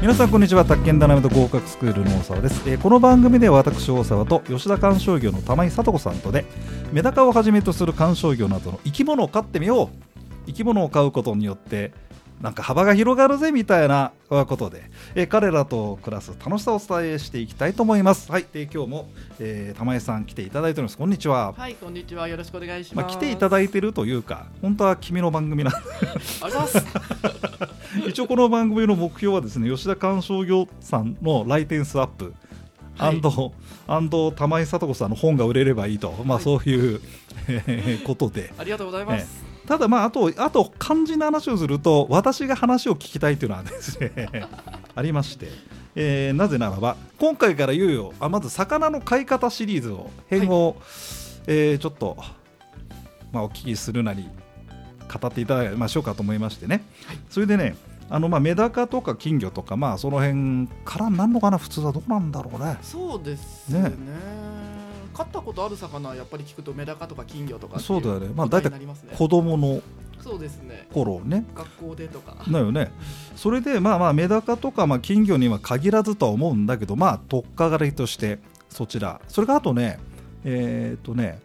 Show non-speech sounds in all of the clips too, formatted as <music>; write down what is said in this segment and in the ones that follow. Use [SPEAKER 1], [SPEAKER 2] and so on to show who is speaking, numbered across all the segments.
[SPEAKER 1] 皆さんこんにちは宅建ダイナミット合格スクールの大沢です、えーこの番組では私大沢と吉田観賞業の玉井聡子さんとでメダカをはじめとする観賞業などの生き物を飼ってみよう生き物を飼うことによってなんか幅が広がるぜみたいなことで、えー彼らと暮らす楽しさをお伝えしていきたいと思いますはい、えー今日も、えー玉井さん来ていただいておりますこんにちは、
[SPEAKER 2] はい、こんにちは。よろしくお願いし
[SPEAKER 1] まあ、
[SPEAKER 2] ます。
[SPEAKER 1] 来ていただいてるというか本当は君の番組なん
[SPEAKER 2] ありがとうござ
[SPEAKER 1] <laughs>
[SPEAKER 2] います。
[SPEAKER 1] 一応この番組の目標はですね吉田鑑賞業さんの来店数アップ、
[SPEAKER 2] はい
[SPEAKER 1] 安藤安藤玉井聡子さんの本が売れればいいと、まあ、
[SPEAKER 2] はい
[SPEAKER 1] そういう、えーことで
[SPEAKER 2] ありがとうございます。
[SPEAKER 1] ただまああとあと肝心な話をすると私が話を聞きたいというのはですね <laughs> ありまして、えーなぜならば今回からいよいよあまず魚の飼い方シリーズを編を、えーちょっと、まあ、お聞きするなり語っていただきましょうかと思いましてね、それでねあのまあメダカとか金魚とかまあその辺からなんのかな普通はどうなんだろうね
[SPEAKER 2] そうですね
[SPEAKER 1] ね。
[SPEAKER 2] 飼ったことある魚はやっぱり聞くとメダカとか金魚とかってい
[SPEAKER 1] そうだよねまあ
[SPEAKER 2] 答
[SPEAKER 1] 大
[SPEAKER 2] え
[SPEAKER 1] 体
[SPEAKER 2] になりますね。
[SPEAKER 1] 子供の
[SPEAKER 2] そうですね。
[SPEAKER 1] 頃ね
[SPEAKER 2] 学校でとか。
[SPEAKER 1] だよねそれでまあまあメダカとかまあ金魚には限らずとは思うんだけどまあ取っかかりとしてそちらそれからあとねえーっとね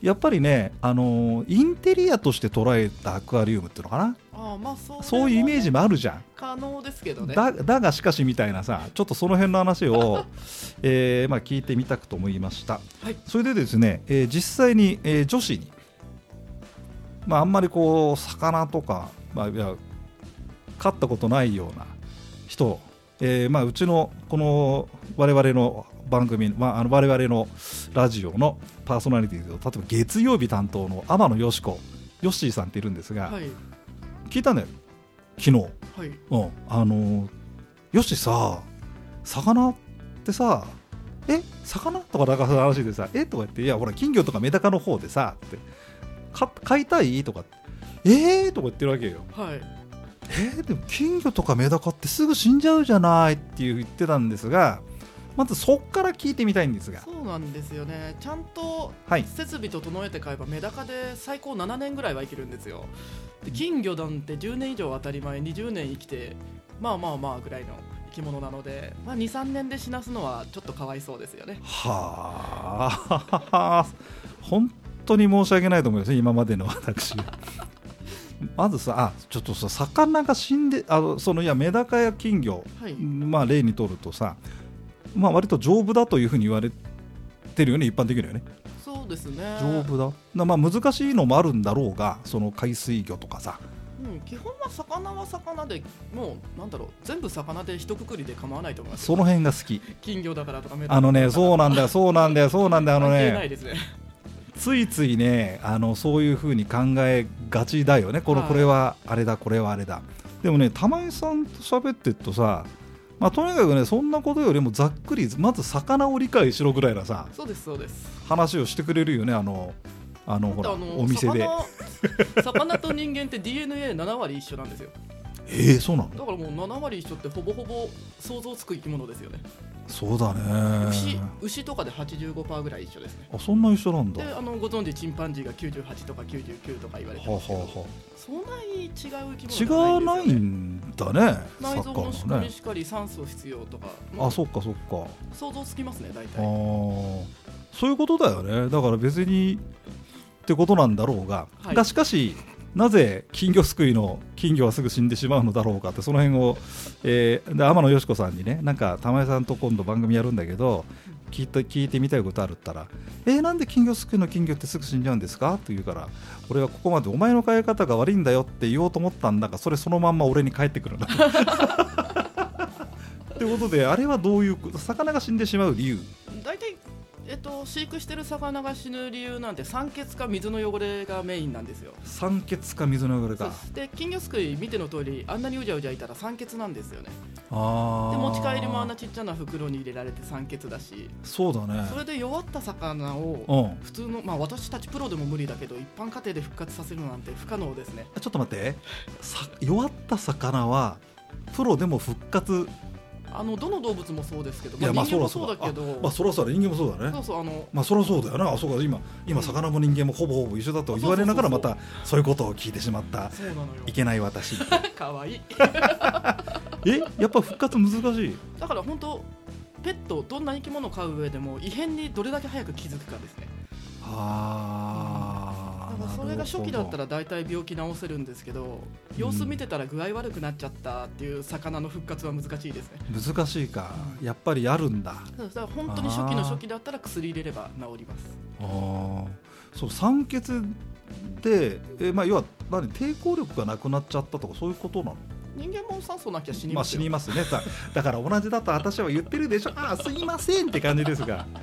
[SPEAKER 1] やっぱりね、あのーインテリアとして捉えたアクアリウムっていうのかな
[SPEAKER 2] ああ、まあそう。
[SPEAKER 1] そういうイメージもあるじゃん
[SPEAKER 2] 可能ですけどね。
[SPEAKER 1] だだがしかしみたいなさちょっとその辺の話を、 <laughs> えーまあ、聞いてみたくと思いました、
[SPEAKER 2] はい
[SPEAKER 1] それでですね、えー実際に、えー女子に、まあ、あんまりこう魚とか、まあ、いや飼ったことないような人、えーまあ、うちのこの我々の番組、まあ、あの我々のラジオのパーソナリティで例えば月曜日担当の天野よし子ヨッシーさんっているんですが、
[SPEAKER 2] はい
[SPEAKER 1] 聞いたんだよ昨日。
[SPEAKER 2] は
[SPEAKER 1] う
[SPEAKER 2] い。
[SPEAKER 1] ん、あのーよしさ魚ってさえ魚とかなんかその話でさえとか言っていやほら金魚とかメダカの方でさってか買いたいとかえー、とか言ってるわけよ
[SPEAKER 2] はい。
[SPEAKER 1] えー、でも金魚とかメダカってすぐ死んじゃうじゃないっていう言ってたんですがまずそっから聞いてみたいんですが
[SPEAKER 2] そうなんですよね。ちゃんと
[SPEAKER 1] はい
[SPEAKER 2] 設備整えて買えばメダカで最高7年ぐらいは生きるんですよで金魚なんて10年以上当たり前20年生きてまあまあまあぐらいの生き物なので、まあ、23年で死なすのはちょっとかわいそうですよね
[SPEAKER 1] はあ本当に申し訳ないと思います今までの私まずさあちょっとさ魚が死んであのそのいやメダカや金魚
[SPEAKER 2] はい
[SPEAKER 1] まあ例にとるとさまあ割と丈夫だというふうに言われてるよね一般的にはね
[SPEAKER 2] そうですね
[SPEAKER 1] 丈夫だなまあ難しいのもあるんだろうがその海水魚とかさ
[SPEAKER 2] うん、基本は魚は魚でもうなんだろう全部魚で一括りで構わないと思います
[SPEAKER 1] その辺が好き
[SPEAKER 2] 金魚だからとかメダカ
[SPEAKER 1] あのねそう
[SPEAKER 2] う
[SPEAKER 1] なんだよそうなんだよそうなんだよあの
[SPEAKER 2] 関係
[SPEAKER 1] ね
[SPEAKER 2] ないですね
[SPEAKER 1] ついついねあのそういうふうに考えがちだよねこの
[SPEAKER 2] はい
[SPEAKER 1] これはあれだこれはあれだでもね玉井さんと喋ってるとさまあ、とにかくねそんなことよりもざっくりまず魚を理解しろぐらいなさ
[SPEAKER 2] そうですそうです
[SPEAKER 1] 話をしてくれるよねあのあのほら
[SPEAKER 2] あの
[SPEAKER 1] お店で
[SPEAKER 2] 魚魚と人間って DNA7 割一緒なんですよ
[SPEAKER 1] えー、そうなの
[SPEAKER 2] だからもう7割一緒ってほぼほぼ想像つく生き物ですよね、
[SPEAKER 1] そうだね
[SPEAKER 2] 牛牛とかで85%ぐらい一緒ですね
[SPEAKER 1] あそんな一緒なんだ
[SPEAKER 2] で
[SPEAKER 1] は
[SPEAKER 2] あのご存知チンパンジーが98とか99とか言われて
[SPEAKER 1] あは
[SPEAKER 2] ますけど、そんなに違う生き
[SPEAKER 1] あはあ
[SPEAKER 2] 物
[SPEAKER 1] 違
[SPEAKER 2] じゃ
[SPEAKER 1] わ
[SPEAKER 2] な
[SPEAKER 1] ないい
[SPEAKER 2] んですよ、ね、
[SPEAKER 1] んだね
[SPEAKER 2] 内臓の仕
[SPEAKER 1] サッカー
[SPEAKER 2] 組み
[SPEAKER 1] ね
[SPEAKER 2] しかり酸素必要とか
[SPEAKER 1] あそっかそっか
[SPEAKER 2] 想像つきますね大
[SPEAKER 1] あ
[SPEAKER 2] 体
[SPEAKER 1] ーそういうことだよねだから別にってことなんだろうが、
[SPEAKER 2] はい
[SPEAKER 1] がしかしなぜ金魚すくいの金魚はすぐ死んでしまうのだろうかってその辺を、えーで天野よし子さんにねなんか玉井さんと今度番組やるんだけど聞いて聞いてみたいことあるったら「えーなんで金魚すくいの金魚ってすぐ死んじゃうんですか?」って言うから「俺はここまでお前の飼い方が悪いんだよ」って言おうと思ったんだがそれそのま <laughs> んま俺に返ってくるな。ということであれはどういうこと魚が死んでしまう理由
[SPEAKER 2] 大体えっと、飼育してる魚が死ぬ理由なんて酸欠か水の汚れがメインなんですよ
[SPEAKER 1] 酸欠か水の汚れ
[SPEAKER 2] そう
[SPEAKER 1] か
[SPEAKER 2] ですで金魚すくい見ての通りあんなにうじゃうじゃいたら酸欠なんですよね
[SPEAKER 1] あ
[SPEAKER 2] で
[SPEAKER 1] ー
[SPEAKER 2] 持ち帰りもあんなちっちゃな袋に入れられて酸欠だし
[SPEAKER 1] そうだね
[SPEAKER 2] それで弱った魚
[SPEAKER 1] う
[SPEAKER 2] を
[SPEAKER 1] ん
[SPEAKER 2] 普通のまあ私たちプロでも無理だけど一般家庭で復活させるなんて不可能ですね
[SPEAKER 1] ちょっと待ってさ弱った魚はプロでも復活
[SPEAKER 2] あのどの動物もそうですけど、
[SPEAKER 1] いやま
[SPEAKER 2] ま
[SPEAKER 1] あ
[SPEAKER 2] あ、人間も
[SPEAKER 1] そら
[SPEAKER 2] そ
[SPEAKER 1] そうう
[SPEAKER 2] だ
[SPEAKER 1] だ
[SPEAKER 2] けど
[SPEAKER 1] まあそろそろ人間もそうだ
[SPEAKER 2] そ
[SPEAKER 1] ね
[SPEAKER 2] うそうあの
[SPEAKER 1] まあそりゃそうだよなあそうか今今魚も人間もほぼほぼ一緒だと言われながら
[SPEAKER 2] そ
[SPEAKER 1] ま
[SPEAKER 2] うそうそうそう <laughs>
[SPEAKER 1] たそういうことを聞いてしまった
[SPEAKER 2] そうなのよ
[SPEAKER 1] いけない私
[SPEAKER 2] かわいい
[SPEAKER 1] えやっぱ復活難しい
[SPEAKER 2] だから本当ペットどんな生き物を飼う上でも異変にどれだけ早く気づくかですね
[SPEAKER 1] あ
[SPEAKER 2] だからそれが初期だったら大体病気治せるんですけど様子見てたら具合悪くなっちゃったっていう魚の復活は難しいですね
[SPEAKER 1] 難しいかやっぱりあるんだ
[SPEAKER 2] だから本当に初期の初期だったら薬入れれば治ります
[SPEAKER 1] あーそう酸欠で、えまあ、要は何抵抗力がなくなっちゃったとかそういうことなの
[SPEAKER 2] 人間も酸素なきゃ死に
[SPEAKER 1] まあ
[SPEAKER 2] ます
[SPEAKER 1] 死
[SPEAKER 2] よ、
[SPEAKER 1] にますねだだ <laughs> から同じだと私は言ってるでしょああすいませんって感じですが <laughs>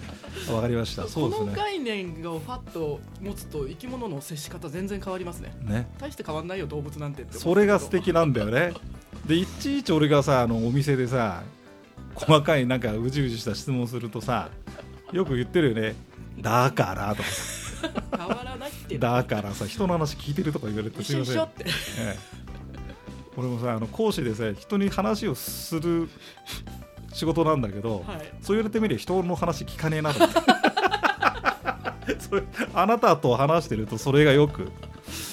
[SPEAKER 1] わかりましたそうで
[SPEAKER 2] こ
[SPEAKER 1] す
[SPEAKER 2] の
[SPEAKER 1] ね
[SPEAKER 2] 概念をファッと持つと生き物の接し方全然変わりますね
[SPEAKER 1] ね
[SPEAKER 2] 大して変わんないよ動物なんてって思う
[SPEAKER 1] それが素敵なんだよねでいちいち俺がさあのお店でさ細かいなんかうじうじした質問するとさよく言ってるよねだからとかさ
[SPEAKER 2] 変わらないって
[SPEAKER 1] だからさ人の話聞いてるとか言われてすい
[SPEAKER 2] 一緒
[SPEAKER 1] ませ
[SPEAKER 2] 一
[SPEAKER 1] ん
[SPEAKER 2] 緒って
[SPEAKER 1] ええ俺もさあの講師でさ人に話をする仕事なんだけど、
[SPEAKER 2] はい
[SPEAKER 1] そう言われてみれば人の話聞かねえなと思ってそれあなたと話してるとそれがよく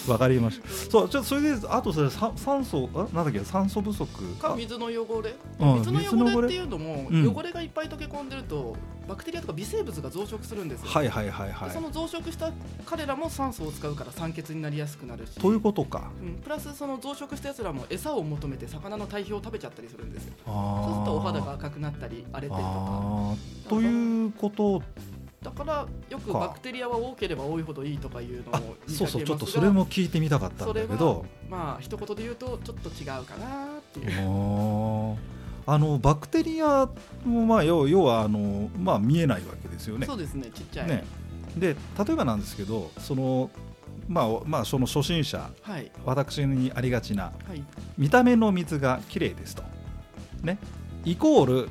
[SPEAKER 1] 分かりましたそうじゃあそれであとそれさ酸素あなんだっけ酸素不足
[SPEAKER 2] か水の汚れ
[SPEAKER 1] うん
[SPEAKER 2] 水の汚れっていうのも
[SPEAKER 1] 水の汚れうん
[SPEAKER 2] 汚れがいっぱい溶け込んでるとバクテリアとか微生物が増殖するんですよ、
[SPEAKER 1] はいはいはいは
[SPEAKER 2] でそ
[SPEAKER 1] い
[SPEAKER 2] の増殖した彼らも酸素を使うから酸欠になりやすくなるし
[SPEAKER 1] ということか
[SPEAKER 2] うん、プラスその増殖したやつらも餌を求めて魚の体表を食べちゃったりするんですよ
[SPEAKER 1] あ
[SPEAKER 2] そうするとお肌が
[SPEAKER 1] あ
[SPEAKER 2] 赤くなったり荒れてるとか
[SPEAKER 1] あーということ
[SPEAKER 2] だからよく
[SPEAKER 1] か
[SPEAKER 2] バクテリアは多ければ多いほどいいとかいうの
[SPEAKER 1] あ
[SPEAKER 2] を見
[SPEAKER 1] そう
[SPEAKER 2] か
[SPEAKER 1] そう
[SPEAKER 2] け
[SPEAKER 1] ちょっ
[SPEAKER 2] ます
[SPEAKER 1] と
[SPEAKER 2] が
[SPEAKER 1] それも聞いてみたかったんだけど
[SPEAKER 2] まあ一言で言うとちょっと違うかなっていう、
[SPEAKER 1] あーあのバクテリアも、まあ、要要はあの、まあ、見えないわけですよね
[SPEAKER 2] そ。うですねちっちゃい、
[SPEAKER 1] ねで例えばなんですけどその、まあおまあ、その初心者
[SPEAKER 2] はい
[SPEAKER 1] 私にありがちな
[SPEAKER 2] はい
[SPEAKER 1] 見た目の水がきれいですと、ね、イコール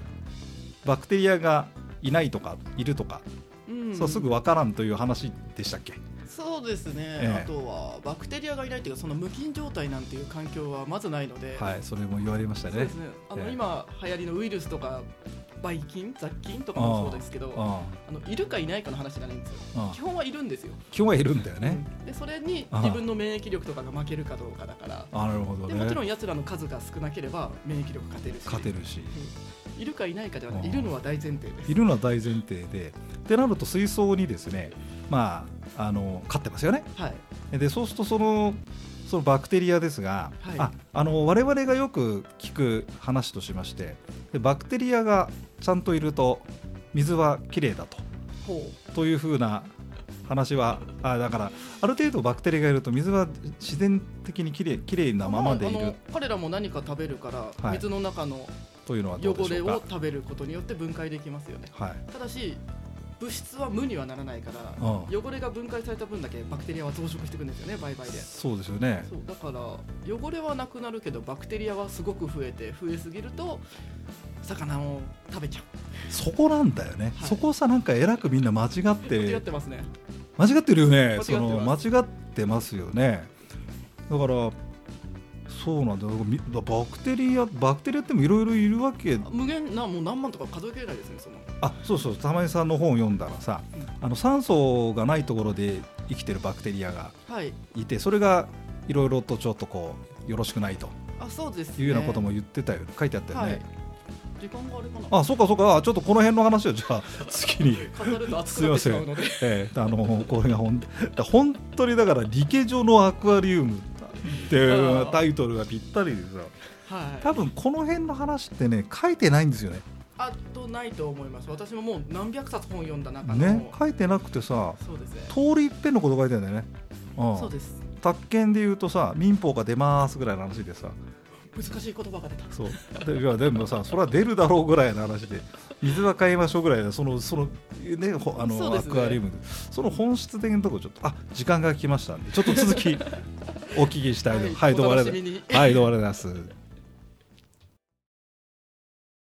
[SPEAKER 1] バクテリアがいないとかいるとか、
[SPEAKER 2] うん
[SPEAKER 1] そうすぐ分からんという話でしたっけ
[SPEAKER 2] そうですね、
[SPEAKER 1] ええ
[SPEAKER 2] あとはバクテリアがいないっていうかその無菌状態なんていう環境はまずないので、
[SPEAKER 1] はいそれも言われました
[SPEAKER 2] そう
[SPEAKER 1] ね
[SPEAKER 2] です。ねあの、
[SPEAKER 1] ええ
[SPEAKER 2] 今流行りのウイルスとかばい菌雑菌とかもそうですけどあ
[SPEAKER 1] あ
[SPEAKER 2] のいるかいないかの話じゃないんですよ
[SPEAKER 1] あああ
[SPEAKER 2] 基本はいるんですよ、
[SPEAKER 1] 今日はいるんだよね。
[SPEAKER 2] でそれに
[SPEAKER 1] ああ
[SPEAKER 2] 自分の免疫力とかが負けるかどうかだから
[SPEAKER 1] あなるほど
[SPEAKER 2] で
[SPEAKER 1] ね
[SPEAKER 2] もちろん奴らの数が少なければ免疫力勝てるし
[SPEAKER 1] 勝てるし。
[SPEAKER 2] いるかいないかではな
[SPEAKER 1] あ
[SPEAKER 2] い
[SPEAKER 1] あ
[SPEAKER 2] いるのは大前提です
[SPEAKER 1] いるのは大前提で、ってなると水槽にですね、まあ、あの飼ってますよね。
[SPEAKER 2] はい
[SPEAKER 1] でそうするとそのそのバクテリアですが、
[SPEAKER 2] はい
[SPEAKER 1] ああの我々がよく聞く話としましてでバクテリアがちゃんといると水はきれいだと
[SPEAKER 2] ほ
[SPEAKER 1] というふうな話はあだからある程度バクテリアがいると水は自然的にきれいきれいな
[SPEAKER 2] う
[SPEAKER 1] ままでい
[SPEAKER 2] あの
[SPEAKER 1] る
[SPEAKER 2] 彼らも何か食べるから、
[SPEAKER 1] はい
[SPEAKER 2] 水の中の
[SPEAKER 1] というのはどうで
[SPEAKER 2] 汚
[SPEAKER 1] し
[SPEAKER 2] れ
[SPEAKER 1] ょうか
[SPEAKER 2] を。食べることによって分解できますよね
[SPEAKER 1] はい
[SPEAKER 2] ただし物質は無にはならないから
[SPEAKER 1] う
[SPEAKER 2] 汚れが分解された分だけバクテリアは増殖していくんですよね売買で
[SPEAKER 1] そうですよね
[SPEAKER 2] そうだから汚れはなくなるけどバクテリアはすごく増えて増えすぎると魚を食べちゃう
[SPEAKER 1] そこなんだよね、
[SPEAKER 2] はい
[SPEAKER 1] そこさなんか偉くみんな間違って
[SPEAKER 2] 間違ってますね
[SPEAKER 1] 間違ってるよね
[SPEAKER 2] 間違ってます
[SPEAKER 1] その間違ってますよねだからそうなんだよみバクテリアバクテリアってもいろいろいるわけ
[SPEAKER 2] 無限なもう何万とか数えきれないですねその
[SPEAKER 1] あそうそう玉井さんの本を読んだらさ
[SPEAKER 2] うん
[SPEAKER 1] あの酸素がないところで生きてるバクテリアが
[SPEAKER 2] はい
[SPEAKER 1] いてそれがいろいろとちょっとこうよろしくないと
[SPEAKER 2] あそうです
[SPEAKER 1] い
[SPEAKER 2] ね
[SPEAKER 1] うようなことも言ってたよ、書いてあったよ
[SPEAKER 2] は
[SPEAKER 1] ね、
[SPEAKER 2] い時間があれかな
[SPEAKER 1] あそうかそうかあちょっとこの辺の話をじゃあ次に
[SPEAKER 2] 語ると熱くなってしまうので
[SPEAKER 1] ええあのこれがほんだ本当にだから「理系上のアクアリウム」っていうタイトルがぴったりでさ
[SPEAKER 2] はい
[SPEAKER 1] 多分この辺の話ってね書いてないんですよね
[SPEAKER 2] あとないと思います私ももう何百冊本読んだ中の、
[SPEAKER 1] ね書いてなくてさ
[SPEAKER 2] そうですね
[SPEAKER 1] 通り一遍のこと書いてあるんだよね、うん、
[SPEAKER 2] そうです
[SPEAKER 1] 宅建で言うとさ民法が出ますぐらいの話でさ
[SPEAKER 2] 難しい言葉が出た
[SPEAKER 1] そう <laughs> でいやでもさそれは出るだろうぐらいの話で水は買いましょうぐらいのそのその、ね、ほあの、
[SPEAKER 2] そうで
[SPEAKER 1] ア
[SPEAKER 2] すね
[SPEAKER 1] クアリウムその本質的なところちょっとあ時間が来ましたんでちょっと続きお聞きしたいと、はい、
[SPEAKER 2] お
[SPEAKER 1] どうもありが
[SPEAKER 2] 楽
[SPEAKER 1] と
[SPEAKER 2] し
[SPEAKER 1] う
[SPEAKER 2] みに
[SPEAKER 1] はい、どうもありがとうございます。